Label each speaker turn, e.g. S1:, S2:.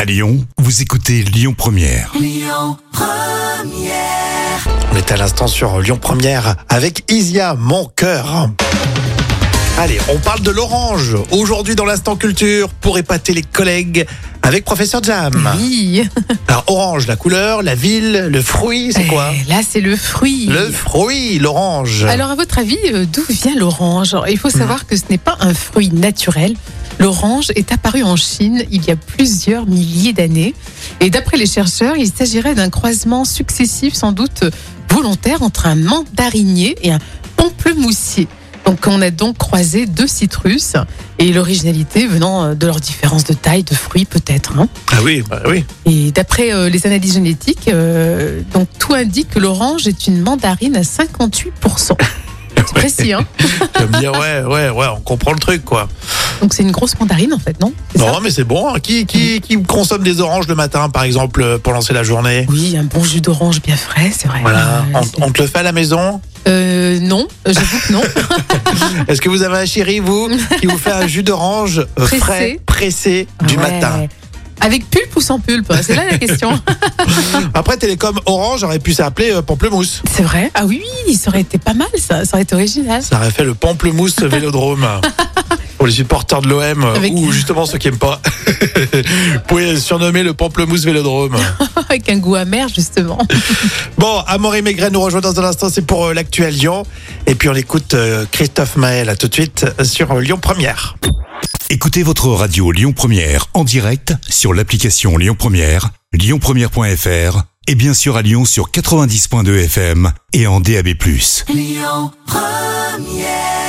S1: À Lyon, vous écoutez Lyon Première.
S2: On est à l'instant sur Lyon Première avec Isia, mon cœur. Allez, on parle de l'orange aujourd'hui dans l'instant culture pour épater les collègues avec professeur Jam.
S3: Oui.
S2: Alors orange, la couleur, la ville, le fruit, c'est quoi
S3: Eh, Là, c'est le fruit.
S2: Le fruit, l'orange.
S3: Alors, à votre avis, euh, d'où vient l'orange Il faut savoir que ce n'est pas un fruit naturel. L'orange est apparu en Chine il y a plusieurs milliers d'années. Et d'après les chercheurs, il s'agirait d'un croisement successif, sans doute volontaire, entre un mandarinier et un pamplemoussier. Donc, on a donc croisé deux citrus et l'originalité venant euh, de leurs différences de taille, de fruits peut-être. hein.
S2: Ah oui, bah oui.
S3: Et d'après euh, les analyses génétiques, euh, donc tout indique que l'orange est une mandarine à 58%. C'est précis, hein
S2: J'aime bien, ouais, ouais, ouais, on comprend le truc quoi.
S3: Donc c'est une grosse mandarine en fait, non C'est ça
S2: Non mais c'est bon, hein. qui, qui, qui consomme des oranges le matin par exemple pour lancer la journée
S3: Oui, un bon jus d'orange bien frais, c'est vrai.
S2: Voilà,
S3: Euh,
S2: on, on te le fait à la maison
S3: c'est- Euh, non, j'avoue que non.
S2: Est-ce que vous avez un chéri, vous, qui vous fait un jus d'orange euh,
S3: Pressé.
S2: frais, pressé du
S3: Ah Ouais.
S2: matin
S3: Avec pulpe ou sans pulpe hein, C'est là la question.
S2: Après, Télécom Orange aurait pu s'appeler euh, Pamplemousse.
S3: c'est vrai Ah oui, ça aurait été pas mal ça, ça aurait été original.
S2: Ça aurait fait le Pamplemousse Vélodrome. Pour les supporters de l'OM, euh,
S3: Avec-
S2: ou justement ceux qui n'aiment pas, vous pouvez surnommer le Pamplemousse Vélodrome.
S3: Avec un goût amer justement.
S2: Bon, Amaury Maigret nous rejoint dans un instant, c'est pour euh, l'actuel Lyon. Et puis on écoute euh, Christophe Maël, à tout de suite, euh, sur euh, Lyon Première.
S1: Écoutez votre radio Lyon Première en direct sur l'application Lyon Première, lyonpremière.fr et bien sûr à Lyon sur 90.2 FM et en DAB+.
S4: Lyon Première